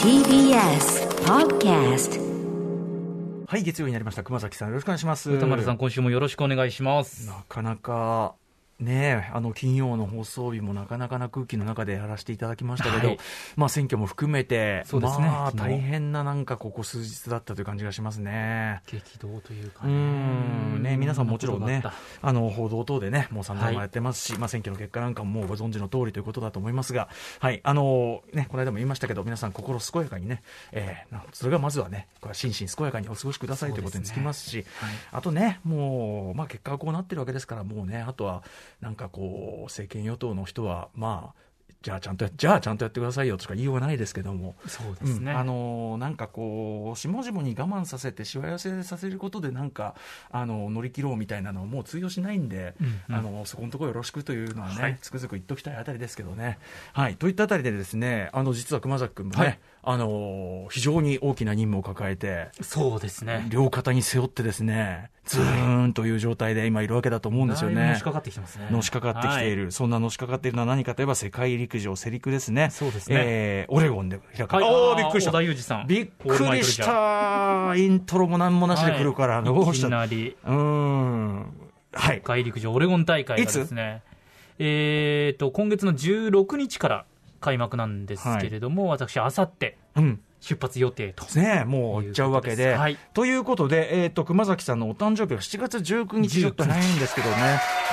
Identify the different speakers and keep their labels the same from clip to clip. Speaker 1: TBS Podcast
Speaker 2: はい、月曜になりました。熊崎さん、よろしくお願いします。
Speaker 3: 歌丸さん、今週もよろしくお願いします。
Speaker 2: なかなか、ねえ、あの、金曜の放送日もなかなかな空気の中でやらせていただきましたけど、
Speaker 3: はい
Speaker 2: まあ、選挙も含めて、
Speaker 3: そうですね
Speaker 2: まあ、
Speaker 3: 昨日
Speaker 2: 大変ななんか、ここ数日だったという感じがしますね。
Speaker 3: 激動というか
Speaker 2: うーんね、皆さんもちろんね
Speaker 3: こんなことがあっ、
Speaker 2: あの報道等でね、もう散々
Speaker 3: はい
Speaker 2: やってますし、まあ、選挙の結果なんかももうご存知の通りということだと思いますが、はいあのね、この間も言いましたけど、皆さん、心健やかにね、えーなそれがまずはね、これは心身健やかにお過ごしくださいということにつきますし、
Speaker 3: はい
Speaker 2: あとね、もう、まあ、結果はこうなってるわけですから、もうね、あとはなんかこう、政権与党の人は、まあ、じゃあちゃんとや、じゃあちゃんとやってくださいよとしか言いようがないですけども。
Speaker 3: そうですね。
Speaker 2: うんあのーなんかこう、下々に我慢させて、しわ寄せさせることで、なんか、あの乗り切ろうみたいなのをもう通用しないんで、
Speaker 3: うんうん
Speaker 2: あのそこのところよろしくというのはね、
Speaker 3: はい
Speaker 2: つくづく言っときたいあたりですけどね。はい、といったあたりで、ですねあの実は熊崎君もね、
Speaker 3: はい
Speaker 2: あのー非常に大きな任務を抱えて、
Speaker 3: そうですね。
Speaker 2: 両肩に背負って、ですねずーんという状態で今、いるわけだと思うんですよ
Speaker 3: だいぶ
Speaker 2: ね。
Speaker 3: のしかかってきてますね。
Speaker 2: のしかかってきている、そんなのしかかっているのは何かといえば世界陸上セリクですね。
Speaker 3: そうですね
Speaker 2: えーオレゴンで開か
Speaker 3: はい。
Speaker 2: れ
Speaker 3: は
Speaker 2: た。
Speaker 3: い、
Speaker 2: お
Speaker 3: あ
Speaker 2: ー
Speaker 3: ー
Speaker 2: びっくりし
Speaker 3: 織田
Speaker 2: た。
Speaker 3: 裕二さ ん。
Speaker 2: びっ
Speaker 3: オール
Speaker 2: く
Speaker 3: マイ
Speaker 2: り
Speaker 3: ト
Speaker 2: し
Speaker 3: じゃん
Speaker 2: た。イントロも何もなしで来るから、
Speaker 3: はい
Speaker 2: どうした。
Speaker 3: いうきな
Speaker 2: ー
Speaker 3: り、
Speaker 2: ん。はい
Speaker 3: 世。界陸上オレゴン大会がですね、えっと、今月の16日から開幕なんですけれども、私、あさって
Speaker 2: うん。
Speaker 3: 出発予定と。
Speaker 2: ねえもう行っちゃうわけで。
Speaker 3: いうことですはい
Speaker 2: ということで、えっ、と、熊崎さんのお誕生日が7月19日ちょっとないんですけどね。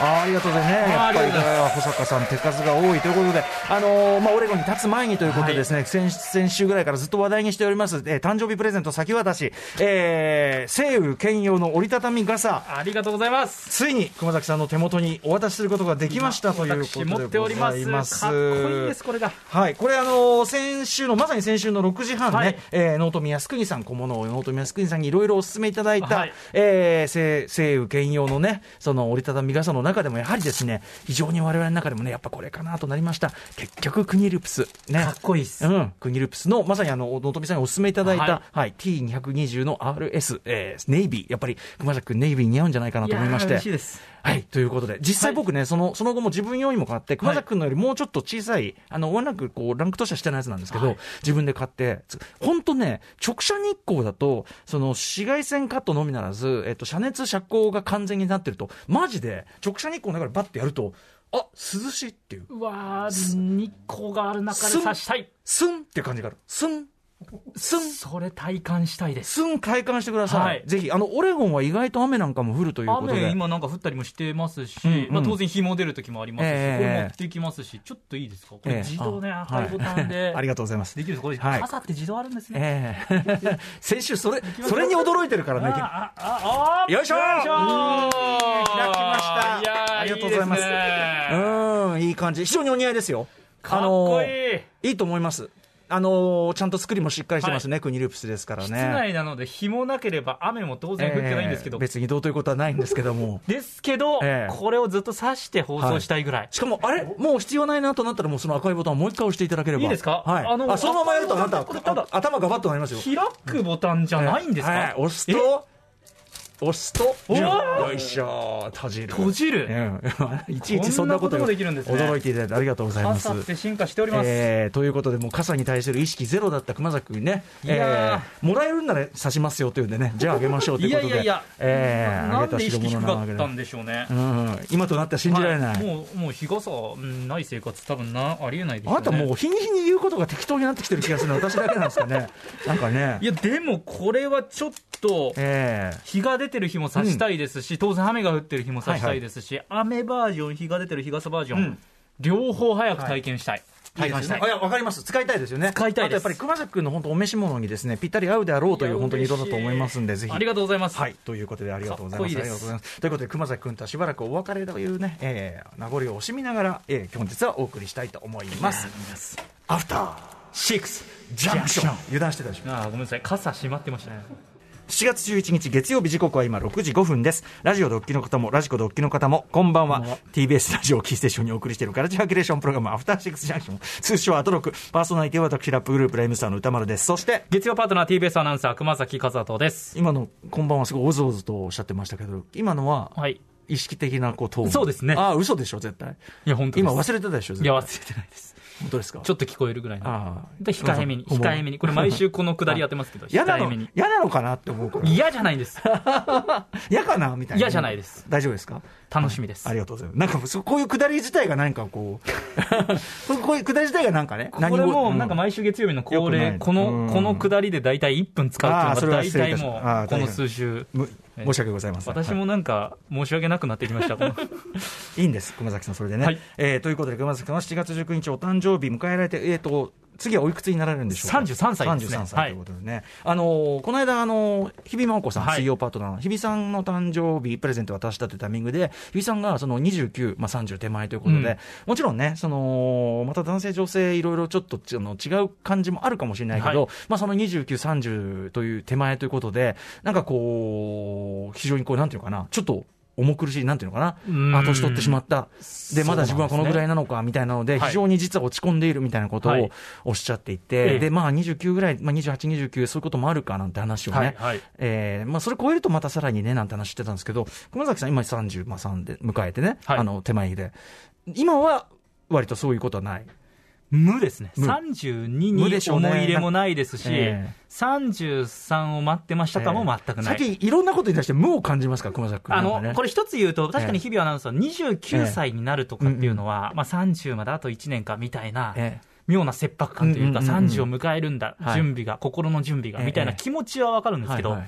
Speaker 2: あーありがとうございますね。や
Speaker 3: あ
Speaker 2: っ
Speaker 3: ー
Speaker 2: ぱ
Speaker 3: あ
Speaker 2: り
Speaker 3: りがとうござい
Speaker 2: ね保坂さん手数が多いということで、あのーまあ、オレゴンに立つ前にということでですね、先先週ぐらいからずっと話題にしております、えー誕生日プレゼント先渡し、えー、西雨兼用の折りたたみ傘、
Speaker 3: ありがとうございます。
Speaker 2: ついに熊崎さんの手元にお渡しすることができましたということでござ
Speaker 3: 私
Speaker 2: います。
Speaker 3: 持っております。かっこいいです、これが。
Speaker 2: はい、これ、あの先週の、まさに先週の6時半ね、
Speaker 3: はい
Speaker 2: えー、納富靖国さん、小物を納富靖国さんにいろいろお勧めいただいた、
Speaker 3: はい
Speaker 2: えー、西西雨兼用のね、その折りたたみ傘の中でも、やはりですね、非常に我々の中でもね、やっぱこれかなとなりました。結局、クニルプス。ね。
Speaker 3: かっこいいっす。
Speaker 2: うん、クニルプスの、まさにあの、のとみさんにお勧めいただいた、は、
Speaker 3: はい
Speaker 2: T220 の RS、えー、ネイビー、やっぱり熊崎君ネイビー似合うんじゃないかなと思いまして。
Speaker 3: やー嬉しいです。
Speaker 2: はい、ということで、実際僕ね、その、その後も自分用にも買って、熊崎君のよりもうちょっと小さい、あの、ワンランク、こう、ランクとしては下のやつなんですけど、
Speaker 3: はい
Speaker 2: 自分で買って、つほんとね、直射日光だと、その、紫外線カットのみならず、えっと、遮熱遮光が完全になってると、マジで、直射日光の中でバッてやると、あ、涼しいっていう。
Speaker 3: うわー、日光がある中で刺したい。
Speaker 2: スンって感じがある。スン。スン。
Speaker 3: それ体感したいです。
Speaker 2: すん体感してください、
Speaker 3: はい
Speaker 2: ぜひあのオレゴンは意外と雨なんかも降るということで
Speaker 3: 雨、今なんか降ったりもしてますし、
Speaker 2: うんうん
Speaker 3: まあ、当然日も出る時もありま
Speaker 2: え
Speaker 3: すし、
Speaker 2: え
Speaker 3: これ持ってきますし、ちょっといいですかこ
Speaker 2: ええ
Speaker 3: れ自動ね、
Speaker 2: あ
Speaker 3: 赤いボタン
Speaker 2: は
Speaker 3: で
Speaker 2: い ありがとうございます
Speaker 3: できるんですこれ、
Speaker 2: はい
Speaker 3: 傘って自動あるんですね。
Speaker 2: ええ 先週それそれに驚いてるから
Speaker 3: あ
Speaker 2: ね
Speaker 3: あああ
Speaker 2: よいしょ
Speaker 3: よいしょ
Speaker 2: うん開きました
Speaker 3: いやー
Speaker 2: ありがとうございます
Speaker 3: ですね
Speaker 2: うんいい感じ非常にお似合いですよ
Speaker 3: かっこいい、
Speaker 2: いいと思いますあのーちゃんと作りもしっかりしてますね、クニループスですからね
Speaker 3: 室内なので日もなければ雨も当然降ってないんですけ
Speaker 2: え
Speaker 3: ど、
Speaker 2: え別にどうということはないんですけど も
Speaker 3: ですけど、
Speaker 2: ええ
Speaker 3: これをずっと刺して放送したいぐらい、
Speaker 2: しかもあれもう必要ないなとなったらもうその赤いボタンをもう一回押していただければ
Speaker 3: いいですか
Speaker 2: はい、あ
Speaker 3: あの
Speaker 2: そのままやるとあなた
Speaker 3: これただ
Speaker 2: あ頭がバッとなりますよ
Speaker 3: 開くボタンじゃないんですか、
Speaker 2: はい、押す
Speaker 3: え
Speaker 2: と押すと
Speaker 3: おー
Speaker 2: よいしょ閉じる
Speaker 3: 閉じる
Speaker 2: うん いちいちそんなこと
Speaker 3: こんなこともできるんですね
Speaker 2: 驚いていただいてありがとうございます
Speaker 3: 傘って進化しております、
Speaker 2: えーということで、もう傘に対する意識ゼロだった熊崎君にね、
Speaker 3: いや
Speaker 2: えーもらえるんなら刺しますよというんでね、じゃああげましょうということで、
Speaker 3: いやいやいや
Speaker 2: えー
Speaker 3: な
Speaker 2: あ
Speaker 3: ん
Speaker 2: げた
Speaker 3: で意
Speaker 2: 代
Speaker 3: 識
Speaker 2: 物
Speaker 3: 低
Speaker 2: な
Speaker 3: か
Speaker 2: わ
Speaker 3: っ
Speaker 2: けで
Speaker 3: たんでしょうね、
Speaker 2: うん、今となっては信じられない。
Speaker 3: はいもうもう日傘うんない生活多分なありえないです
Speaker 2: あ
Speaker 3: よ、
Speaker 2: なた
Speaker 3: ね、
Speaker 2: もう日に日に言うことが適当になってきてる気がするの私だけなんですか ね。なんかね。
Speaker 3: いやでもこれはちょっと
Speaker 2: え
Speaker 3: 日が出てる日も差したいですし、当然雨が降ってる日も差したいですし、雨バージョン日が出てる日傘バージョン、
Speaker 2: うん
Speaker 3: 両方早く体験したい、
Speaker 2: え
Speaker 3: 体感したい
Speaker 2: あいや、わかります。使いたいですよね。
Speaker 3: 使いたいで
Speaker 2: あとや
Speaker 3: す
Speaker 2: っぱり熊崎君の本当お召し物にですね、ぴったり合うであろうという本当に色だと思いますんで、ぜひ。
Speaker 3: ありがとうございます、
Speaker 2: はい、ということでありがとうございます。
Speaker 3: かっ
Speaker 2: あ
Speaker 3: こいいです
Speaker 2: りがとうございますということで、熊崎君とはしばらくお別れというね、えー名残を惜しみながら、えー、本日はお送りしたいと思います。アフターシックスジャンクション。油断してたでしょ。
Speaker 3: あーごめんなさい傘閉まってましたね
Speaker 2: 7月11日月曜日時刻は今6時5分ですラジオドッキの方もラジコドッキの方もこんばんは TBS ラジオキーステーションにお送りしているカルチャーキュレーションプログラムアフターシックスジャンクション通称アトロクパーソナリティは私ラップグループライムスターの歌丸ですそして
Speaker 3: 月曜パートナー TBS アナウンサー熊崎和人です
Speaker 2: 今のこんばんはすごいおぞおぞとおっしゃってましたけど今のは
Speaker 3: はい
Speaker 2: 意識的なこうトーン。
Speaker 3: そうですね
Speaker 2: ああ、嘘でしょ、絶対。
Speaker 3: いや、本当で
Speaker 2: 今
Speaker 3: す
Speaker 2: 忘れてたでしょ、絶
Speaker 3: い
Speaker 2: 対
Speaker 3: や、忘れてないです。
Speaker 2: 本当ですか。
Speaker 3: ちょっと聞こえるぐらいの。
Speaker 2: ああ
Speaker 3: で控えめに、
Speaker 2: そうそう
Speaker 3: 控えめに。これ毎週このくだりやってますけど、
Speaker 2: 嫌な
Speaker 3: 控え
Speaker 2: の
Speaker 3: めに、。
Speaker 2: 嫌なのかなって思うから。
Speaker 3: 嫌じゃないんです。
Speaker 2: 嫌かなみたいな。
Speaker 3: 嫌じゃないです。
Speaker 2: 大丈夫ですか
Speaker 3: 楽しみです
Speaker 2: ありがとうございます。なんかもうそう、こういうくだり自体が何か こう、こういうくだり自体がなんかね、
Speaker 3: これも
Speaker 2: う
Speaker 3: なんか毎週月曜日の恒
Speaker 2: よくな
Speaker 3: 例、
Speaker 2: い
Speaker 3: こ
Speaker 2: うん
Speaker 3: の、このくだりで大体1分使うっていうの
Speaker 2: あー
Speaker 3: が大
Speaker 2: それは失礼い
Speaker 3: 体
Speaker 2: たしま
Speaker 3: も
Speaker 2: したあー
Speaker 3: う、この
Speaker 2: 大変
Speaker 3: 数週。
Speaker 2: む申し訳ございません。
Speaker 3: 私
Speaker 2: は
Speaker 3: もなんか申し訳なくなってきました、こ の
Speaker 2: い、いいんです、熊崎さん、それでね。
Speaker 3: はい
Speaker 2: えーということで、熊崎さんは7月19日お誕生日迎えられて、えっ、と、次はおいくつになられるんでしょうか
Speaker 3: 33歳ですね
Speaker 2: 33歳ということでね。あのーこの間、あのー日比真央子さん、
Speaker 3: はい
Speaker 2: 水曜パートナーの、日比さんの誕生日プレゼント渡したというタイミングで、日比さんがその29、まあ30手前ということで、
Speaker 3: うん
Speaker 2: もちろんね、その、また男性女性いろいろちょっとちあの違う感じもあるかもしれないけど、
Speaker 3: はい
Speaker 2: まあその29、30という手前ということで、なんかこう、非常にこう、なんていうのかな、ちょっと、重苦しい、なんていうのか
Speaker 3: う
Speaker 2: な、
Speaker 3: ん
Speaker 2: あ、年取ってしまった、で、まだ自分はこのぐらい
Speaker 3: そうなんですね
Speaker 2: なのか、みたいなので、
Speaker 3: はい
Speaker 2: 非常に実は落ち込んでいるみたいなこと
Speaker 3: は
Speaker 2: を
Speaker 3: い
Speaker 2: おっしゃってい
Speaker 3: え
Speaker 2: て、
Speaker 3: え
Speaker 2: で、まあ29ぐらい、まあ28、29、そういうこともあるかなんて話をね、
Speaker 3: はいはい
Speaker 2: えーまあ、それ超えるとまたさらにね、なんて話してたんですけど、熊崎さん、今30、まあ、3で迎えてね、
Speaker 3: はい
Speaker 2: あの手前で、今は割とそういうことはない、
Speaker 3: 無ですね、
Speaker 2: 無
Speaker 3: 32
Speaker 2: 無で
Speaker 3: に
Speaker 2: しょうね
Speaker 3: 思い入れもないですし
Speaker 2: ええ、
Speaker 3: 33を待ってましたかも全くない。
Speaker 2: えー最近、いろんなことに対して無を感じますか、熊崎君、
Speaker 3: あ
Speaker 2: な
Speaker 3: の
Speaker 2: んかね
Speaker 3: これ一つ言うと、確かに日々アナウンサー、29歳になるとかっていうのは、まあ、30まであと1年かみたいな、
Speaker 2: え
Speaker 3: 妙な切迫感というか、
Speaker 2: うんうんうんうん
Speaker 3: 30を迎えるんだ
Speaker 2: は、い
Speaker 3: 準備が、心の準備が
Speaker 2: ええ
Speaker 3: みたいな気持ちはわかるん
Speaker 2: ー
Speaker 3: ですけど
Speaker 2: はいは、い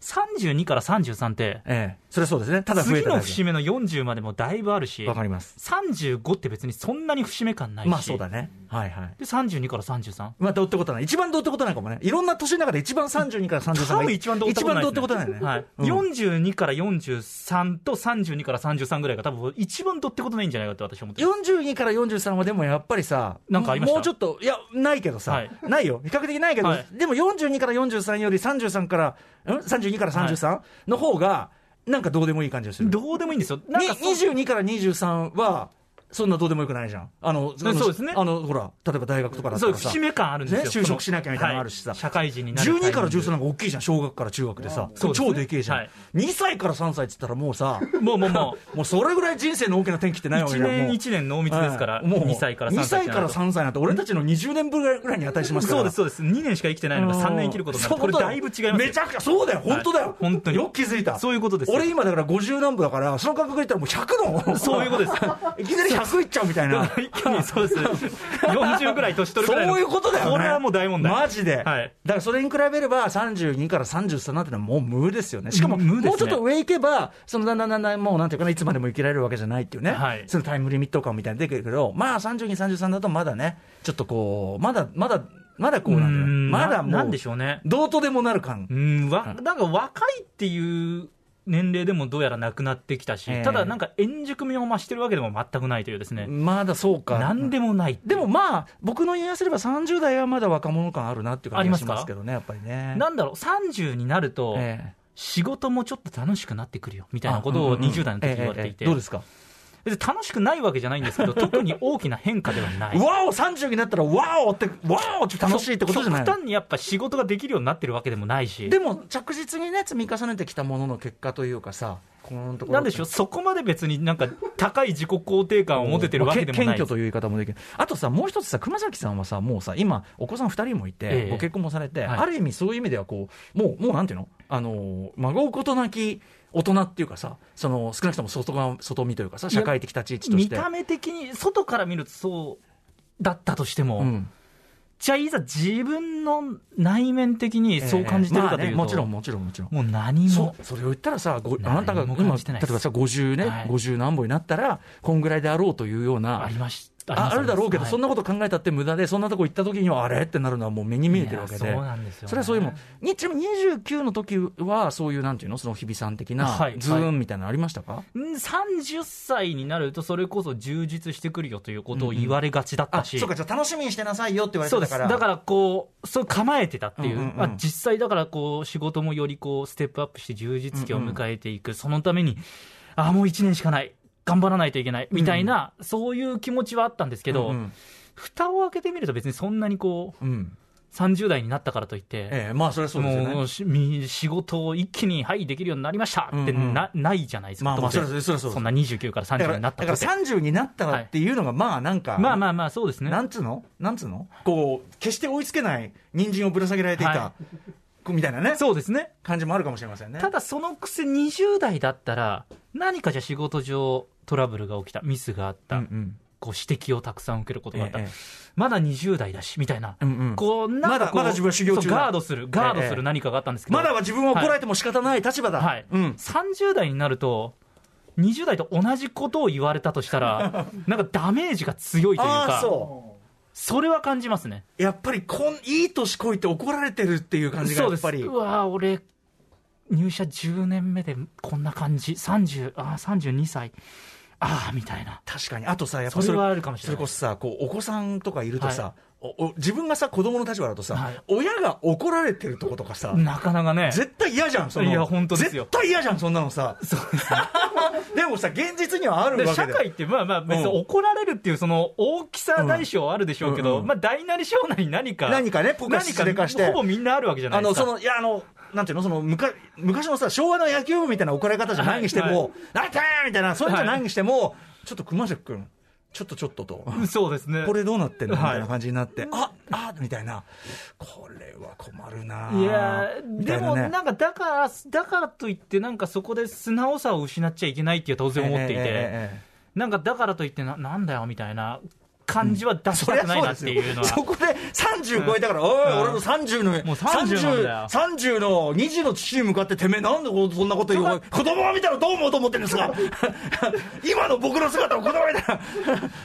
Speaker 3: 32から33って、
Speaker 2: えーそれはそうですね、ただ増え
Speaker 3: 次
Speaker 2: ただ
Speaker 3: の
Speaker 2: け
Speaker 3: 節目の40までもだいぶあるし
Speaker 2: わ、かります、
Speaker 3: 35って別にそんなに節目感ないし、
Speaker 2: まあそうだね、はいはい。
Speaker 3: で32から 33?
Speaker 2: まあ、どうってことない。一番どうってことないかもね。いろんな年の中で一番32から33
Speaker 3: 多分一番どうってことないですね
Speaker 2: 一番どうってことないね。
Speaker 3: はい、
Speaker 2: うん
Speaker 3: 42から43と32から33ぐらいが多分一番どってことないんじゃないかって私は思ってます
Speaker 2: 42から43はでもやっぱりさ、
Speaker 3: なんかありました
Speaker 2: もうちょっと、いや、ないけどさ、
Speaker 3: はい
Speaker 2: ないよ、比較的ないけど、
Speaker 3: はい
Speaker 2: でも42から43より33から、ん ?32 から33の方が、なんかどうでもいい感じがする。
Speaker 3: どうでもいいんですよなん
Speaker 2: に
Speaker 3: かそう
Speaker 2: 22から23は、そんなどうでもよくないじゃん。あの、の
Speaker 3: そうですね
Speaker 2: あの、ほら、例えば大学とかだった
Speaker 3: そう
Speaker 2: らさ
Speaker 3: 節、目感あるんです
Speaker 2: ね
Speaker 3: よ、
Speaker 2: 就職しなきゃみたいなのあるしさ
Speaker 3: はい社会人になる
Speaker 2: 12から13
Speaker 3: タ
Speaker 2: な
Speaker 3: イ
Speaker 2: んか大きいじゃん、小学から中学でさ、
Speaker 3: そうですね
Speaker 2: 超でけえじゃん、
Speaker 3: はい
Speaker 2: 2歳から3歳って言ったらもうさ、
Speaker 3: ミングもうもうも
Speaker 2: もうそれぐらい人生の大きな転機って
Speaker 3: う
Speaker 2: ないわけ
Speaker 3: 1
Speaker 2: じゃん。も
Speaker 3: 年
Speaker 2: う
Speaker 3: 1年濃密ですから、
Speaker 2: はいもう
Speaker 3: 2歳から3
Speaker 2: 2
Speaker 3: 歳
Speaker 2: 歳から3歳なんて、俺たちの20年分ぐらいに値しますか
Speaker 3: そう
Speaker 2: ら。
Speaker 3: ですそうです2年しか生きてないのが3年生きることになる
Speaker 2: うん
Speaker 3: これだいぶ違いますよ
Speaker 2: めちゃくちゃ、そうだよ、本当だよ。
Speaker 3: はい本当に
Speaker 2: よく気づいた。
Speaker 3: そういうことですよ
Speaker 2: 俺今だから50何部だから、その感覚で言ったらもう100の。
Speaker 3: そういうこと です
Speaker 2: いきなり100いっちゃうみたいな。
Speaker 3: 一気にそうです40ぐらい年取る
Speaker 2: そ
Speaker 3: ぐらいの
Speaker 2: ういうことだよね。
Speaker 3: これはもう大問題
Speaker 2: マジで。
Speaker 3: はい
Speaker 2: だからそれに比べれば、32から33なんてのはもう無ですよね。しかも、
Speaker 3: 無無ですね
Speaker 2: もうちょっと上行けば、そのだんだんだんだんもうなんていうかな、いつまでも生きられるわけじゃないっていうね。
Speaker 3: はい
Speaker 2: そのタイムリミット感みたいなの出てくるけど、まあ32、33だとまだね、ちょっとこう、まだ、まだ、まだこうなんだよ。
Speaker 3: ん
Speaker 2: まだ
Speaker 3: な
Speaker 2: もう、
Speaker 3: なんでしょうね
Speaker 2: どうとでもなる感
Speaker 3: う。んわなんか若いっていう年齢でもどうやらなくなってきたし、
Speaker 2: ええ
Speaker 3: ただなんか円熟味を増してるわけでも全くないというですね、
Speaker 2: まだそうか。
Speaker 3: なんでもないっていう
Speaker 2: でもまあ、僕の言い合わせれば30代はまだ若者感あるなっていう感じがしますけどね、やっぱりね。
Speaker 3: なんだろう、30になると、
Speaker 2: ええ
Speaker 3: 仕事もちょっと楽しくなってくるよみたいなこと
Speaker 2: あ
Speaker 3: を
Speaker 2: うんうんうん
Speaker 3: 20代の時に言われ
Speaker 2: ええ
Speaker 3: てい
Speaker 2: ええ
Speaker 3: て、
Speaker 2: どうですか
Speaker 3: 別に楽しくないわけじゃないんです けど、特に大きな変化ではない。
Speaker 2: わお、30になったら、わおって、わおって楽しいってことじゃない
Speaker 3: 極端にやっぱ仕事ができるようになってるわけでもないし、
Speaker 2: でも、着実にね、積み重ねてきたものの結果というかさ、このところ
Speaker 3: なんでしょう、そこまで別になんか高い自己肯定感を持ててるわけでも
Speaker 2: まあ
Speaker 3: な
Speaker 2: け
Speaker 3: い。
Speaker 2: 謙虚という言い方もできる、あとさ、もう一つさ、熊崎さんはさ、もうさ、今、お子さん2人もいて、
Speaker 3: ええ
Speaker 2: ご結婚もされて、
Speaker 3: はい
Speaker 2: ある意味、そういう意味ではこう、もう、もうなんていうの、あのー孫うことなき大人っていうかさ、その少なくとも外側外見というかさ、社会的立ち位置と
Speaker 3: 見
Speaker 2: して。
Speaker 3: た目的に、外から見るとそうだったとしても、
Speaker 2: うん
Speaker 3: じゃあいざ自分の内面的にそう感じてるかという
Speaker 2: ええ
Speaker 3: と、
Speaker 2: まあねもちろん、もちろん、もちろん。
Speaker 3: もう何
Speaker 2: そ
Speaker 3: も
Speaker 2: う、それを言ったらさ、ごあ
Speaker 3: 何
Speaker 2: なたが
Speaker 3: も
Speaker 2: 今、
Speaker 3: 感
Speaker 2: 例
Speaker 3: じてない
Speaker 2: えばさ、50ね、
Speaker 3: はい
Speaker 2: 50何本になったら、こんぐらいであろうというような、
Speaker 3: ありました。りま
Speaker 2: あ
Speaker 3: す
Speaker 2: あるだろうけど、
Speaker 3: はい
Speaker 2: そんなこと考えたって無駄で、そんなとこ行った時には、あれってなるのはもう目に見えてるわけで、
Speaker 3: いやそうなんですよね
Speaker 2: それはそういうもん、にちなみに29の時は、そういうなんていうの、その日比さん的な
Speaker 3: は、い
Speaker 2: ズーンみたいなのありましたか、
Speaker 3: うん30歳になるとそれこそ充実してくるよということを言われがちだったし、
Speaker 2: あそうか、じゃあ楽しみにしてなさいよって言われ
Speaker 3: そう
Speaker 2: て
Speaker 3: で
Speaker 2: た
Speaker 3: す
Speaker 2: から、
Speaker 3: だからこうそう構えてたっていう、
Speaker 2: うんうんうん
Speaker 3: まあ、実際だからこう仕事もよりこうステップアップして充実期を迎えていく、そのためにああもう1年しかない頑張らないといけないみたいな、そういう気持ちはあったんですけど、
Speaker 2: うんうん
Speaker 3: 蓋を開けてみると別にそんなにこう
Speaker 2: うん
Speaker 3: 30代になったからといって、
Speaker 2: ええまあそれはそうですよ
Speaker 3: も
Speaker 2: ね
Speaker 3: うしみ仕事を一気に、はい、できるようになりましたって
Speaker 2: うんうん
Speaker 3: な,、ないじゃないですか、
Speaker 2: まあまあ
Speaker 3: 当然
Speaker 2: そりゃそりゃそうです
Speaker 3: んな29から
Speaker 2: だか
Speaker 3: 30
Speaker 2: ら
Speaker 3: にな
Speaker 2: だ
Speaker 3: っ
Speaker 2: か
Speaker 3: た
Speaker 2: ら
Speaker 3: とて
Speaker 2: 30になったらっていうのがまあなんか、
Speaker 3: まあまあまあ、そうですね。
Speaker 2: なんつうのなんつうのこう決して追いつけない人参をぶら下げられていた、
Speaker 3: は
Speaker 2: こうみたいなね
Speaker 3: そうですね
Speaker 2: 感じもあるかもしれませんね
Speaker 3: ただそのくせ20代だったら、何かじゃあ仕事上トラブルが起きた、ミスがあった、
Speaker 2: うんうん
Speaker 3: こう指摘をたくさん受けることがあった、
Speaker 2: ええ
Speaker 3: まだ20代だし、みたいな。
Speaker 2: うんうん
Speaker 3: こうなんかこう
Speaker 2: まだまだ自分は修行中だ
Speaker 3: そうガードする、ガードす
Speaker 2: ええ
Speaker 3: る何かがあったんですけど。
Speaker 2: まだは自分を怒られても仕方ない立場だ、
Speaker 3: はい、
Speaker 2: うん、
Speaker 3: 30代になると、20代と同じことを言われたとし たら、なんかダメージが強いという
Speaker 2: ああ
Speaker 3: か、
Speaker 2: そ
Speaker 3: それは感じますね。
Speaker 2: うやっぱりこんいい年こいて怒られてるっていう感じが
Speaker 3: そう
Speaker 2: や
Speaker 3: で
Speaker 2: っ
Speaker 3: す。
Speaker 2: ぱり
Speaker 3: うわー俺、入社10年目でこんな感じ、30、ああ、32歳、ああ、みたいな。
Speaker 2: 確かにあとさやっぱ
Speaker 3: それはあるかもし
Speaker 2: そ
Speaker 3: れ
Speaker 2: れ
Speaker 3: な
Speaker 2: こ
Speaker 3: い。
Speaker 2: そさこうお子さんとかいるとさ、
Speaker 3: は
Speaker 2: おお自分がさ子供の立場だとさ、
Speaker 3: はい
Speaker 2: 親が怒られてるとことかさ、
Speaker 3: なかなかね。
Speaker 2: 絶対嫌じゃんその
Speaker 3: いや本当ですよ
Speaker 2: 絶対嫌じゃんそんなのさでもさ現実にはあるわけ
Speaker 3: で
Speaker 2: で
Speaker 3: 社会って、まあまあ、別に
Speaker 2: うん
Speaker 3: 怒られるっていう、その大きさ大小あるでしょうけ
Speaker 2: うん
Speaker 3: ど、
Speaker 2: うんうん
Speaker 3: まあ、大なり小なり何か、
Speaker 2: 何かねポカし
Speaker 3: 何
Speaker 2: でかして
Speaker 3: ほぼみんなあるわけじゃな
Speaker 2: あ
Speaker 3: いで
Speaker 2: の
Speaker 3: すか。
Speaker 2: そのいやあのなんていうのその昔昔のさ昭和の野球部みたいな怒られ方じゃないにしても「あてー!」みたいなそういうんじゃないにしても、ちょっと熊崎君ちょっとちょっとと。
Speaker 3: そうですね。
Speaker 2: これどうなってんのみ
Speaker 3: はい
Speaker 2: たいな感じになって、ああみたいな、これは困るない
Speaker 3: やー
Speaker 2: み
Speaker 3: で
Speaker 2: たい
Speaker 3: も
Speaker 2: なね
Speaker 3: なんかだから、だからといって、なんかそこで素直さを失っちゃいけないっていう当然思っていて、
Speaker 2: ええええええ
Speaker 3: なんかだからといってな、なんだよみたいな感じは出し
Speaker 2: そ
Speaker 3: た
Speaker 2: りゃ
Speaker 3: くない
Speaker 2: そう
Speaker 3: な
Speaker 2: で
Speaker 3: って
Speaker 2: す
Speaker 3: い
Speaker 2: よ
Speaker 3: う のは、
Speaker 2: そこで30超えたから、おい、
Speaker 3: うん
Speaker 2: 俺の30の、
Speaker 3: もう30なんだよ
Speaker 2: 30の20の父に向かって、てめえ、なんでこそんなこと言う、
Speaker 3: そ
Speaker 2: お
Speaker 3: う
Speaker 2: い子供が見たらどう思うと思ってるんです か、今の僕の姿を子供が見たら、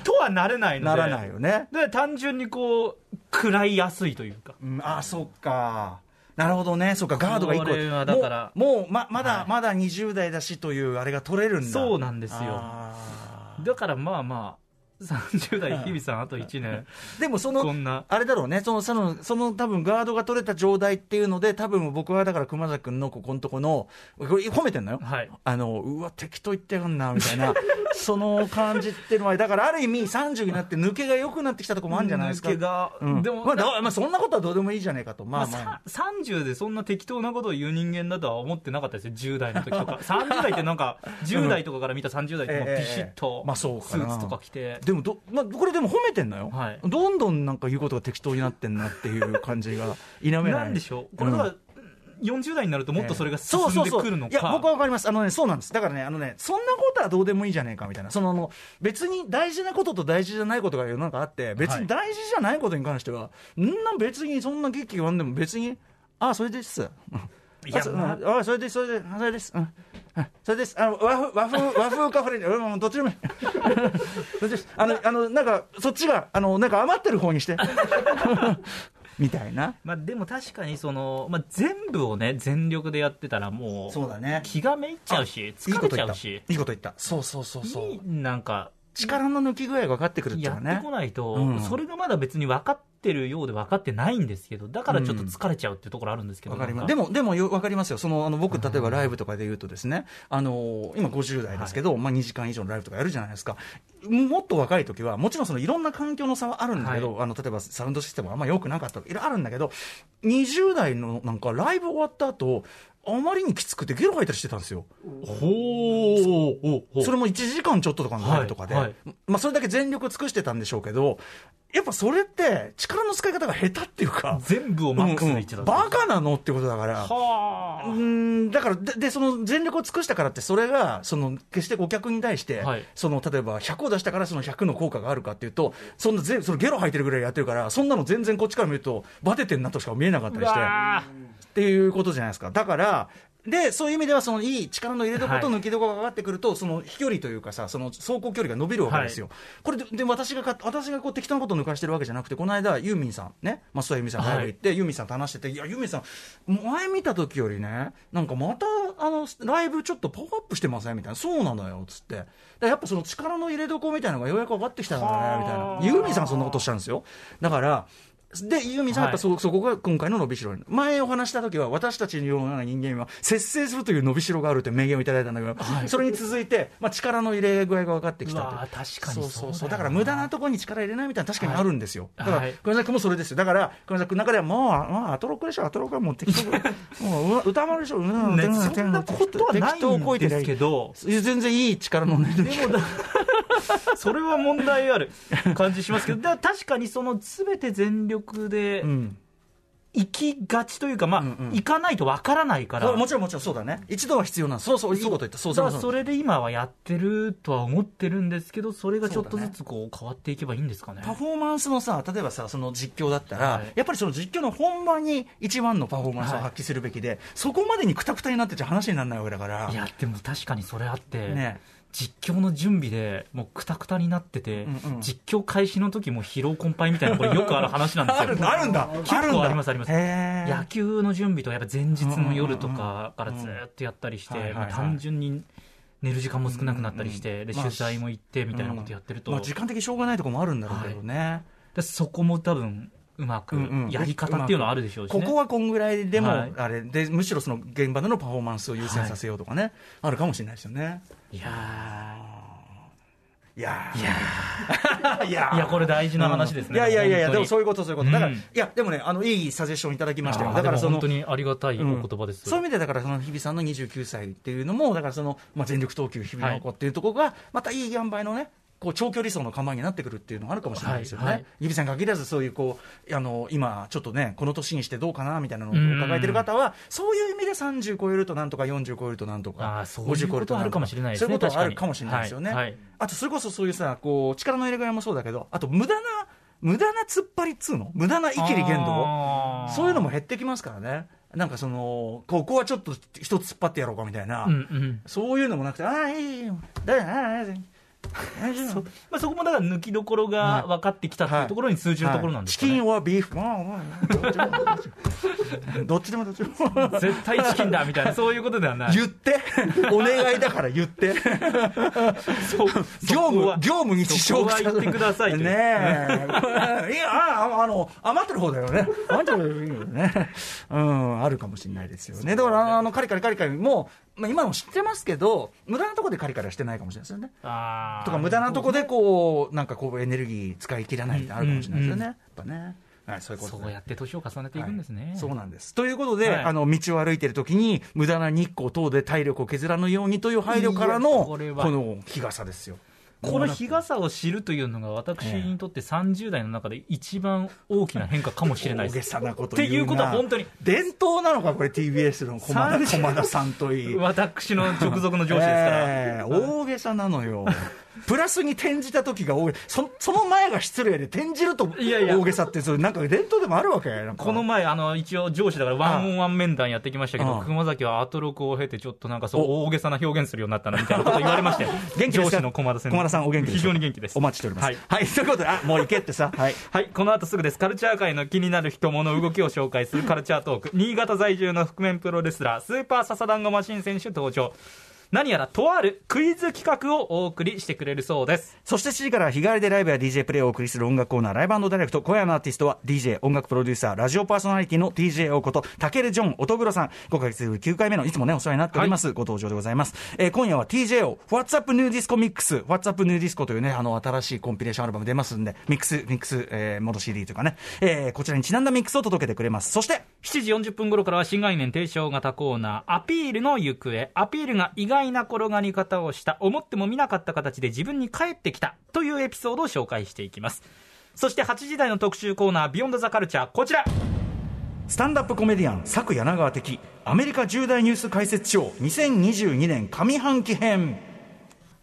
Speaker 3: とはなれないの
Speaker 2: な
Speaker 3: で、
Speaker 2: らないよね。
Speaker 3: で単純にこう、食らいやすいというか、
Speaker 2: うん、あそっか。なるほどね。そっか、ガードが一個。
Speaker 3: これはだから
Speaker 2: もう、もうま、まだ、
Speaker 3: はい
Speaker 2: まだ20代だしという、あれが取れるんだ。
Speaker 3: そうなんですよ
Speaker 2: あー
Speaker 3: だからまあまあ、30代、日々さん、あと1年、
Speaker 2: でもその、
Speaker 3: こんな。
Speaker 2: あれだろうね、その、その、その多分ガードが取れた状態っていうので、多分僕はだから熊崎君のここのとこの、これ褒めてんのよ。
Speaker 3: はい
Speaker 2: あの、うわ、適当言ってやんな、みたい な、その感じっていうのは、だからある意味30になって抜けが良くなってきたとこもあるんじゃないですか。
Speaker 3: 抜けが
Speaker 2: うん
Speaker 3: でも
Speaker 2: まあだ、まあ、そんなことはどうでもいいじゃないかと。ま
Speaker 3: ま
Speaker 2: あ
Speaker 3: あ、
Speaker 2: まあ。
Speaker 3: さ30でそんな適当なことを言う人間だとは思ってなかったですよ、10代の時 とか、30代ってなんか、10代とかから見た30代ってもうビシッ
Speaker 2: えええ
Speaker 3: と
Speaker 2: えまあそう
Speaker 3: ス
Speaker 2: かな
Speaker 3: ーツとか着て、
Speaker 2: でもど、まあ、これでも褒めてんのよ、
Speaker 3: はい
Speaker 2: どんどんなんか言うことが適当になってんなっていう感じが否めない
Speaker 3: なんでしょう、これ
Speaker 2: う
Speaker 3: は
Speaker 2: ん
Speaker 3: 40代になると、もっとそれが進
Speaker 2: そうんそう
Speaker 3: で
Speaker 2: そう
Speaker 3: くるの
Speaker 2: いや
Speaker 3: か
Speaker 2: 僕は、わかりますあの、ね、そうなんですだからねあのねそんなことはどうでもいいじゃねえかみたいなそのあの別に大事なことと大事じゃないことが世の中あって別に大事じゃないことに関しては、んな別にそんな劇気があんでも別にああそれです
Speaker 3: い
Speaker 2: あ
Speaker 3: や
Speaker 2: そ,、
Speaker 3: まあ
Speaker 2: うんあそれでそれでそれです、うんうんそれですあの和風和 風和風かフレンチうんどっちでもいい それですあのあのなんかそっちがあのなんか余ってる方にして みたいな
Speaker 3: まあ、でも確かにその、まあ、全部をね、全力でやってたら、もう
Speaker 2: そうだね
Speaker 3: 気がめいっちゃうし、
Speaker 2: いい
Speaker 3: 疲
Speaker 2: こ
Speaker 3: れ
Speaker 2: と
Speaker 3: ち
Speaker 2: 言
Speaker 3: ゃ
Speaker 2: った
Speaker 3: う
Speaker 2: い
Speaker 3: し、
Speaker 2: いこと言ったそうそうそうそう
Speaker 3: いいなんか、
Speaker 2: 力の抜き具合が分かってくるっていう
Speaker 3: や
Speaker 2: の
Speaker 3: っ
Speaker 2: は
Speaker 3: て
Speaker 2: ね
Speaker 3: こないと、
Speaker 2: うん
Speaker 3: それがまだ別に分かってるようで分かってないんですけど、だからちょっと疲れちゃうっていうところあるんですけど、
Speaker 2: わかりま
Speaker 3: な
Speaker 2: すで
Speaker 3: ん
Speaker 2: も、でもよわかりますよ、そのあの僕、例えばライブとかで言うとですね、あの今50代ですけど、まあ、2時間以上のライブとかやるじゃないですか、もっと若い時は、もちろんそのいろんな環境の差はあるんだけど、あの例えばサウンドシステムがあんま良くなかったとか、いろいろあるんだけど、20代のなんか、ライブ終わった後あまりにきつくて、ゲロ吐いたりしてたんですよ。
Speaker 3: ほー
Speaker 2: それも1時間ちょっととかのライブとかで、
Speaker 3: はい
Speaker 2: まあ、それだけ全力を尽くしてたんでしょうけど、やっぱそれって、力の使い方が下手っていうか、
Speaker 3: 全部をマックスでいって
Speaker 2: う
Speaker 3: た
Speaker 2: んうんバカなのってことだから。
Speaker 3: は
Speaker 2: う
Speaker 3: あ、
Speaker 2: ーんだからで、で、その全力を尽くしたからって、それが、その、決してお客に対して、
Speaker 3: はい
Speaker 2: その、例えば、100を出したから、その100の効果があるかっていうと、そんなぜ、そのゲロ吐いてるぐらいやってるから、そんなの全然こっちから見ると、バテてんなとしか見えなかったりして。っていうことじゃないですか。だから、で、そういう意味では、そのいい力の入れどころと
Speaker 3: はい
Speaker 2: 抜きどころが上がってくると、その飛距離というかさ、その走行距離が伸びるわけですよ。これで、で私がか、私がこう適当なことを抜かしてるわけじゃなくて、この間、ユーミンさん、ね、松田ユーミンさんがライブ行って、ユーミンさんと話してて、いや、ユーミンさん、前見た時よりね、なんかまた、あの、ライブちょっとパワーアップしてませんみたいな、そうなのよ、つって。だからやっぱその力の入れどころみたいなのがようやく分かってきたんだね、みたいな。ユーミンさんそんなことおっしゃるんですよ。だから、で、ユーミンさんはやっぱそ,、そこが今回の伸びしろに前お話した時は、私たちのような人間は、節制するという伸びしろがあるという名言をいただいたんだけど、それに続いて、まあ、力の入れ具合が分かってきた
Speaker 4: う
Speaker 2: と
Speaker 4: わー確かにそうだ
Speaker 2: そうそ
Speaker 4: よ
Speaker 2: う
Speaker 4: な
Speaker 2: そうだから無駄なところに力入れないみたいな、確かにあるんですよ、
Speaker 4: は
Speaker 2: だ
Speaker 4: い
Speaker 2: から、
Speaker 4: はい
Speaker 2: 熊崎君もそれですよ、だから、熊崎君の中では、もう、まあ、アトロックでしょ、アトロックはもう適当、もうう歌丸でしょ、うん、
Speaker 3: ね
Speaker 2: うん
Speaker 3: そんなことはない
Speaker 2: 適当こい
Speaker 3: ん
Speaker 2: てりゃ
Speaker 3: で
Speaker 2: い
Speaker 3: す
Speaker 2: い
Speaker 3: けど、
Speaker 2: 全然いい力のね、
Speaker 3: でもだ それは問題ある感じしますけど、だから確かにその全て全力で
Speaker 2: うん
Speaker 3: 行きがちというか、まあ、
Speaker 2: うんうん
Speaker 3: 行かないとわからないから、
Speaker 2: もちろんもちろんそうだね一度は必要なんそうそういいこと言ったそう
Speaker 3: だ
Speaker 2: そ
Speaker 3: か
Speaker 2: う
Speaker 3: ら
Speaker 2: そ
Speaker 3: そうれで今はやってるとは思ってるんですけど、それがちょっとずつこう変わっていけばいいんですかね。
Speaker 2: パフォーマンスのさ例えばさその実況だったら、
Speaker 3: はい
Speaker 2: やっぱりその実況の本番に一番のパフォーマンスを発揮するべきで、そこまでにくたくたになってちゃ話にならないわけだから
Speaker 3: いや、でも確かにそれあって、
Speaker 2: ね
Speaker 3: 実況の準備でもうくたくたになってて、
Speaker 2: うんうん
Speaker 3: 実況開始の時も疲労困憊みたいな、これよくある話なんです よ。
Speaker 2: あるんだあるんだ
Speaker 3: 結構ありますあります野
Speaker 2: 野
Speaker 3: 球の準備とかやっぱ前日の夜とかからずーっとやったりして、
Speaker 2: うんうんうんうん
Speaker 3: まあ単純に寝る時間も少なくなったりして、
Speaker 2: うんうんうん
Speaker 3: で
Speaker 2: まあ
Speaker 3: 取材も行ってみたいなことやってると、
Speaker 2: まあ、時間的にしょうがないところもあるんだろうけどね、
Speaker 3: でそこも多分うまく
Speaker 2: うんうん
Speaker 3: やり方っていうのはあるでしょうし、ね
Speaker 2: ここはこんぐらいでも、
Speaker 3: はい
Speaker 2: あれでむしろその現場でのパフォーマンスを優先させようとかね、あるかもしれないですよね
Speaker 3: いや
Speaker 2: いや
Speaker 3: ーいや
Speaker 2: ー いや
Speaker 3: ーいやこれ大事な話ですね、
Speaker 2: いやいやいやいや、で
Speaker 3: 本当
Speaker 2: も
Speaker 3: に
Speaker 2: そういうこと、そういうこと、だから、
Speaker 3: うん
Speaker 2: いや、でもね、あのいいサジェッションいただきました
Speaker 3: あ
Speaker 2: よ、
Speaker 3: ー
Speaker 2: だから
Speaker 3: で
Speaker 2: そ
Speaker 3: も
Speaker 2: の
Speaker 3: 本当。にありがたいお
Speaker 2: うん
Speaker 3: 言葉です、
Speaker 2: そういう意味でだからその日比さんの29歳っていうのもだからその、まあ、全力投球日比の子っていうところがまたいい塩梅のねこう長距離走の構えになってくるっていうのがあるかもしれないですよね、
Speaker 3: はいはい
Speaker 2: 日比さんに限らずそういうこうあの今ちょっとねこの年にしてどうかなみたいなのを抱えてる方はそういう意味で30超えるとなんとか40超えるとなんとか
Speaker 3: あーそういうことはあるかもしれないですね
Speaker 2: そういうことはあ
Speaker 3: 確か
Speaker 2: る
Speaker 3: に
Speaker 2: かもしれないですよね、
Speaker 3: はいはい
Speaker 2: あとそれこそそういうさこう力の入れ替えもそうだけどあと無駄な無駄な突っ張りっつうの無駄なイキリ言動
Speaker 3: あー
Speaker 2: そういうのも減ってきますからね。なんかその、ここはちょっと一つ突っ張ってやろうかみたいな、
Speaker 3: うんうん
Speaker 2: そういうのもなくて、ああ、いいよ、だよ、ああ、いいよ大丈 夫
Speaker 3: そうまあ、そこもだから抜きどころが分かってきたっていうところに通じるところなんですか
Speaker 2: はいチ
Speaker 3: ね、
Speaker 2: キンはビーフ、まあまあどっちでもどっちで もどっちでも。
Speaker 3: 絶対チキンだみた いなそういうことではない
Speaker 2: 言って、お願いだから言って、
Speaker 3: そう
Speaker 2: 業務
Speaker 3: そこは、
Speaker 2: 業務に支障
Speaker 3: そこは言ってくださいという
Speaker 2: ねえ。いや、ああの、余ってる方だよね。余ってる方だよね。うん、あるかもしれないですよね。だから、あの、カリカリカリカリも、まあ、今のも知ってますけど、無駄なところでカリカリはしてないかもしれないですよね。
Speaker 3: あー
Speaker 2: とか、無駄なところで、こう、なんかこう、エネルギー使い切らないってあるかもしれないですよね。やっぱね。はい、そういうこと
Speaker 3: そ
Speaker 2: で
Speaker 3: うやって年を重ねていくんですね、
Speaker 2: はいそうなんです。ということで、
Speaker 3: はい
Speaker 2: あの、道を歩いてるときに、無駄な日光等で体力を削らぬようにという配慮から
Speaker 3: い
Speaker 2: の、
Speaker 3: や
Speaker 2: こ
Speaker 3: これは
Speaker 2: の日傘ですよ。
Speaker 3: この日傘を知るというのが私にとって30代の中で一番大きな変化かもしれない
Speaker 2: 大
Speaker 3: で
Speaker 2: げ
Speaker 3: す。
Speaker 2: さなこと言うな
Speaker 3: っていうことは本当に
Speaker 2: 伝統なのかこれ TBS の駒田
Speaker 3: 30
Speaker 2: 駒田さんと いい
Speaker 3: 私の直属の上司ですから。
Speaker 2: えー大げさなの よプラスに転じた時が大げそその前が失礼で転じると
Speaker 3: いやいや
Speaker 2: 大げさってそれなんか伝統でもあるわけなんか
Speaker 3: この前、あの、一応上司だからワンオンワン面談やってきましたけ
Speaker 2: あ
Speaker 3: ど、
Speaker 2: あ、
Speaker 3: 熊崎はアトロクを経てちょっとなんかそう大げさな表現するようになったなみたいなこと言われま して
Speaker 2: 元気です
Speaker 3: 上
Speaker 2: か
Speaker 3: 司の駒田さん。
Speaker 2: 駒田さんお元気で
Speaker 3: 非
Speaker 2: すか
Speaker 3: 常に元気です。
Speaker 2: お待ちしております
Speaker 3: は
Speaker 2: はいい、ということであもう行けってさはい
Speaker 3: はい、この後すぐです。カルチャー界の気になる人物動きを紹介するカルチャートーク。新潟在住の覆面プロレスラー、スーパーササダンゴマシン選手登場。何やらとあるクイズ企画をお送りしてくれるそうです。
Speaker 2: そして7時から日替わりでライブや DJ プレイをお送りする音楽コーナー、ライブダイレクト。今夜のアーティストは DJ、音楽プロデューサー、ラジオパーソナリティの TJ おこと、たけるジョン、音黒さん。5ヶ月ぶり9回目のいつもね、お世話になっております。ご登場でございます。えー今夜は TJ を What's Up New Disco Mix、What's Up New Disco というね、あの、新しいコンピレーションアルバム出ますんで、ミックス、ミックス、えー、元 CD というかね、えーこちらにちなんだミックスを届けてくれます。そして、
Speaker 3: 7時40分頃からは新概念提唱型コーナー、アピールの行方。アピールが意外な転がり方をした、思っても見なかった形で自分に返ってきた、というエピソードを紹介していきます。そして8時台の特集コーナー、ビヨンドザカルチャー、こちら。
Speaker 2: スタンダップコメディアン佐久柳川的アメリカ重大ニュース解説賞2022年上半期編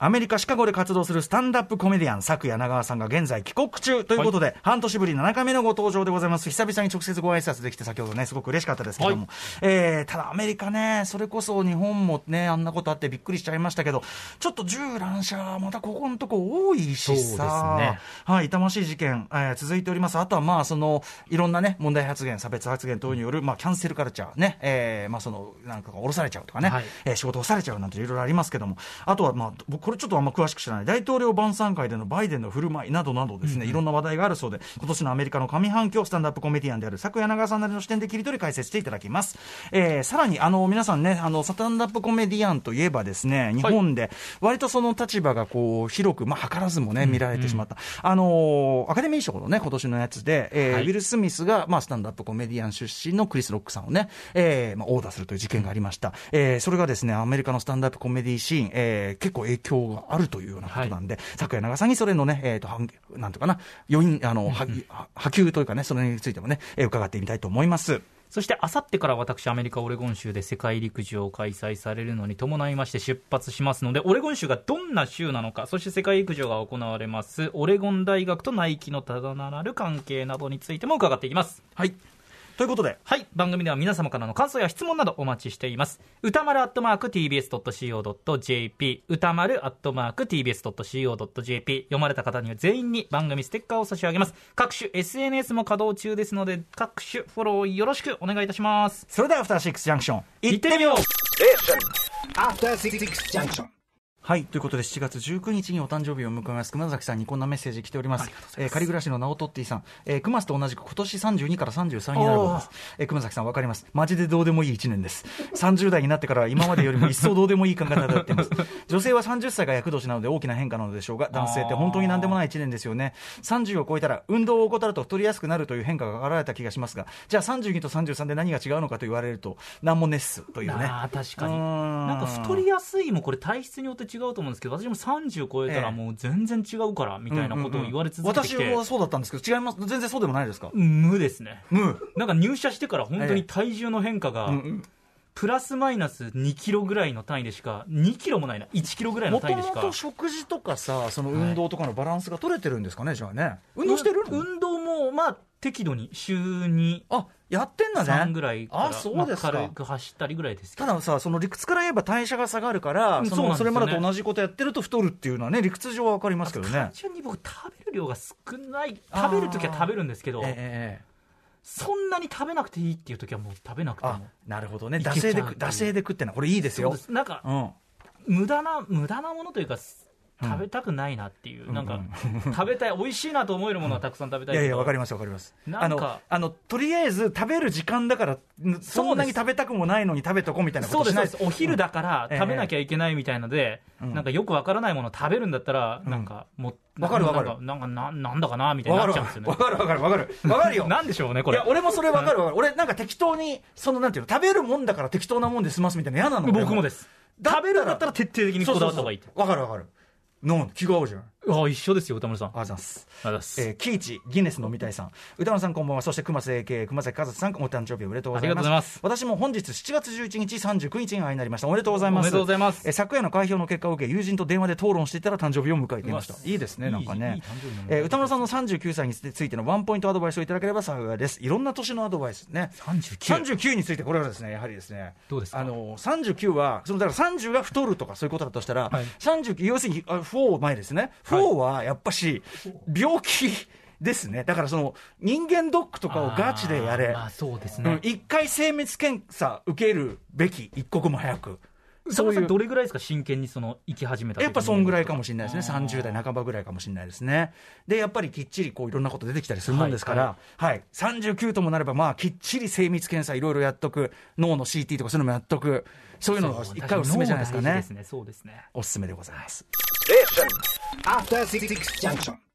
Speaker 2: アメリカ・シカゴで活動するスタンダップコメディアン佐久柳川さんが現在帰国中ということで、半年ぶり7回目のご登場でございます久々に直接ご挨拶できて先ほどねすごく嬉しかったですけども、
Speaker 3: はい
Speaker 2: えーただアメリカねそれこそ日本もねあんなことあってびっくりしちゃいましたけどちょっと銃乱射またここのとこ多いしさ
Speaker 3: そうですね
Speaker 2: はい、痛ましい事件、えー続いております、あとはまあそのいろんな、ね、問題発言、差別発言等による、まあ、キャンセルカルチャー、ねえーまあ、そのなんかが降ろされちゃうとかね、
Speaker 3: はい
Speaker 2: えー仕事をされちゃうなんていろいろありますけども、あとは、まあ、僕、これちょっとあんま詳しく知らない、大統領晩餐会でのバイデンの振る舞いなどなどですね、いろんな話題があるそうで、今年のアメリカの上半期をスタンダップコメディアンである佐久柳川さんなりの視点で切り取り解説していただきます。えー、さらに、あの、皆さんね、あの、スタンダップコメディアンといえばですね、日本で、割とその立場がこう、広く、まあ、図らずもね、見られてしまった。あのーアカデミー賞のね、今年のやつで、えー
Speaker 3: はい
Speaker 2: ウィル・スミスが、まあ、スタンダップコメディアン出身のクリス・ロックさんをね、えーまあ、オーダーするという事件がありました。えーそれがですね、アメリカのスタンダップコメディシーン、えー結構影響があるというようなことなんで、昨夜長さんにそれのね、えーと、はんなんとかな、余韻、あの、はは波及というかね、それについてもね、えー伺ってみたいと思います。
Speaker 3: そしてあさってから私、アメリカ・オレゴン州で世界陸上を開催されるのに伴いまして出発しますので、オレゴン州がどんな州なのか、そして世界陸上が行われます、オレゴン大学とナイキのただなる関係などについても伺っていきます。
Speaker 2: はい。ということで、
Speaker 3: はい、番組では皆様からの感想や質問などお待ちしています。歌丸アットマーク tbs.co.jp 歌丸アットマーク tbs.co.jp 読まれた方には全員に番組ステッカーを差し上げます。各種 SNS も稼働中ですので、各種フォローよろしくお願いいたします。
Speaker 2: それではアフターシックスジャンクション、
Speaker 3: 行ってみよう
Speaker 5: After Six Junction.
Speaker 2: はい。ということで、7月19日にお誕生日を迎えます、熊崎さんにこんなメッセージ来ております。えー、仮暮らしのナオトッティさん。えー、熊瀬と同じく今年32から33になることです。えー、熊崎さんわかります。マジでどうでもいい1年です。30代になってからは今までよりも一層どうでもいい考え方になってい ます。女性は30歳が厄年なので大きな変化なのでしょうが、男性って本当に何でもない1年ですよね。30を超えたら運動を怠ると太りやすくなるという変化が現れた気がしますが、じゃあ32と33で何が違うのかと言われると、なんもねっすというね。
Speaker 3: あー確かに
Speaker 2: うーん
Speaker 3: なんか太りやすいもこれ体質によって違うと思うんですけど私も30超えたらもう全然違うからみたいなことを言われ続けてきて、
Speaker 2: 私はそうだったんですけど違います全然そうでもないですか
Speaker 3: 無ですね
Speaker 2: 無
Speaker 3: なんか入社してから本当に体重の変化が、プラスマイナス2キロぐらいの単位でしか2キロもないな1キロぐらいの
Speaker 2: もと
Speaker 3: 単位で
Speaker 2: も
Speaker 3: しか
Speaker 2: と食事とかさその運動とかのバランスが取れてるんですかねじゃあね運動してるの、
Speaker 3: 運動もまあ適度に週に
Speaker 2: あやってんだね
Speaker 3: 3ぐらいから、
Speaker 2: あそうですか、
Speaker 3: まあ軽く走ったりぐらいですけ
Speaker 2: た
Speaker 3: ど
Speaker 2: ださその理屈から言えば代謝が下がるから
Speaker 3: うん
Speaker 2: そ
Speaker 3: そう
Speaker 2: の
Speaker 3: なんです
Speaker 2: そ
Speaker 3: よ
Speaker 2: れま
Speaker 3: ね
Speaker 2: でと同じことやってると太るっていうのはね理屈上は分かりますけどね
Speaker 3: 単純に僕食べる量が少ない
Speaker 2: あー
Speaker 3: 食べるときは食べるんですけど、
Speaker 2: ええ
Speaker 3: そんなに食べなくていいっていうときはもう食べなくて
Speaker 2: あ
Speaker 3: も
Speaker 2: なるほどね
Speaker 3: いけ
Speaker 2: 惰
Speaker 3: ちゃう
Speaker 2: 性で食惰性で食ってのはこれいいです
Speaker 3: そう
Speaker 2: よ
Speaker 3: ですなんか
Speaker 2: うん
Speaker 3: 無駄な無駄なものというかす食べたくないなっていう、なんか、食べたい美味しいなと思えるものはたくさん食べたい
Speaker 2: い
Speaker 3: け
Speaker 2: や
Speaker 3: ど
Speaker 2: いや、わかります、わかります。
Speaker 3: な
Speaker 2: あ
Speaker 3: ん
Speaker 2: の
Speaker 3: か、
Speaker 2: あの、とりあえず食べる時間だから、んそんなに食べたくもないのに食べとこうみたいなこ
Speaker 3: そう
Speaker 2: と
Speaker 3: で
Speaker 2: し
Speaker 3: す
Speaker 2: な
Speaker 3: そ
Speaker 2: い
Speaker 3: うですお昼だから
Speaker 2: ええ
Speaker 3: 食べなきゃいけないみたいので、なんかよくわからないものを食べるんだったら、なんかもう
Speaker 2: わかるわかる
Speaker 3: なんかなんかななんだかなみたいに
Speaker 2: わ
Speaker 3: な
Speaker 2: か
Speaker 3: っ
Speaker 2: る
Speaker 3: ちゃうんですよね
Speaker 2: わかるわかるわかるわかるよ。
Speaker 3: なんでしょうねこ
Speaker 2: い
Speaker 3: れ
Speaker 2: や、俺もそれわかるわかる。俺なんか適当に、そのなんていうの、食べるもんだから適当なもんで済ますみたいな嫌なの。。
Speaker 3: 僕もですす
Speaker 2: だったら
Speaker 3: 食べるんだったら徹底的に
Speaker 2: そ
Speaker 3: こ
Speaker 2: う
Speaker 3: だ
Speaker 2: そうそう
Speaker 3: わった方がいいって
Speaker 2: わかるわかる。なん気が合うじゃん。
Speaker 3: あ一緒ですよ歌丸さんあ
Speaker 2: あざっす。
Speaker 3: りがとうございます、
Speaker 2: えー、キイチ、ギネス飲みたいさん、歌丸さんこんばんは、そして熊瀬 AK、熊崎和人さん、お誕生日おめでとうございます。
Speaker 3: ありがとうございます
Speaker 2: 私も本日7月11日、39日に会いになりました。おめでとうございます。
Speaker 3: おめでとうございます
Speaker 2: えー昨夜の開票の結果を受け、友人と電話で討論していたら誕生日を迎えていました
Speaker 3: うわ。
Speaker 2: いいですね、なんか
Speaker 3: いいい
Speaker 2: ね
Speaker 3: い誕生日の。
Speaker 2: えー歌丸さんの39歳についてのワンポイントアドバイスをいただければ幸いです。いろんな年のアドバイスね。
Speaker 3: 39
Speaker 2: 39について、これはですね、やはりですね、
Speaker 3: どうですか
Speaker 2: あの39は、そのだから30が太るとかそういうことだとしたら、
Speaker 3: はい
Speaker 2: 39、要するにあ4前ですね、4はやっぱし、病気ですね、だからその人間ドックとかをガチでや
Speaker 3: あ
Speaker 2: れ
Speaker 3: ー、まあそうです
Speaker 2: うん
Speaker 3: ね、
Speaker 2: 一回精密検査受けるべき、一刻も早く。
Speaker 3: 歌丸
Speaker 2: そう
Speaker 3: さ
Speaker 2: んいう
Speaker 3: どれぐらいですか真剣にその生き始めた
Speaker 2: やっぱそんぐらい
Speaker 3: か
Speaker 2: かもしれないですね、30代半ばぐらいかもしれないですね。で、やっぱりきっちりこういろんなこと出てきたりするもんですから、はい、39ともなれば、まあ、きっちり精密検査、いろいろやっとく、脳の CT とかそういうのもやっとく、そういうのが一回おすすめじゃないですか
Speaker 3: 脳大
Speaker 2: ね
Speaker 3: 事で。すねそうですね
Speaker 2: おすすめでございます。
Speaker 5: After Six Junction.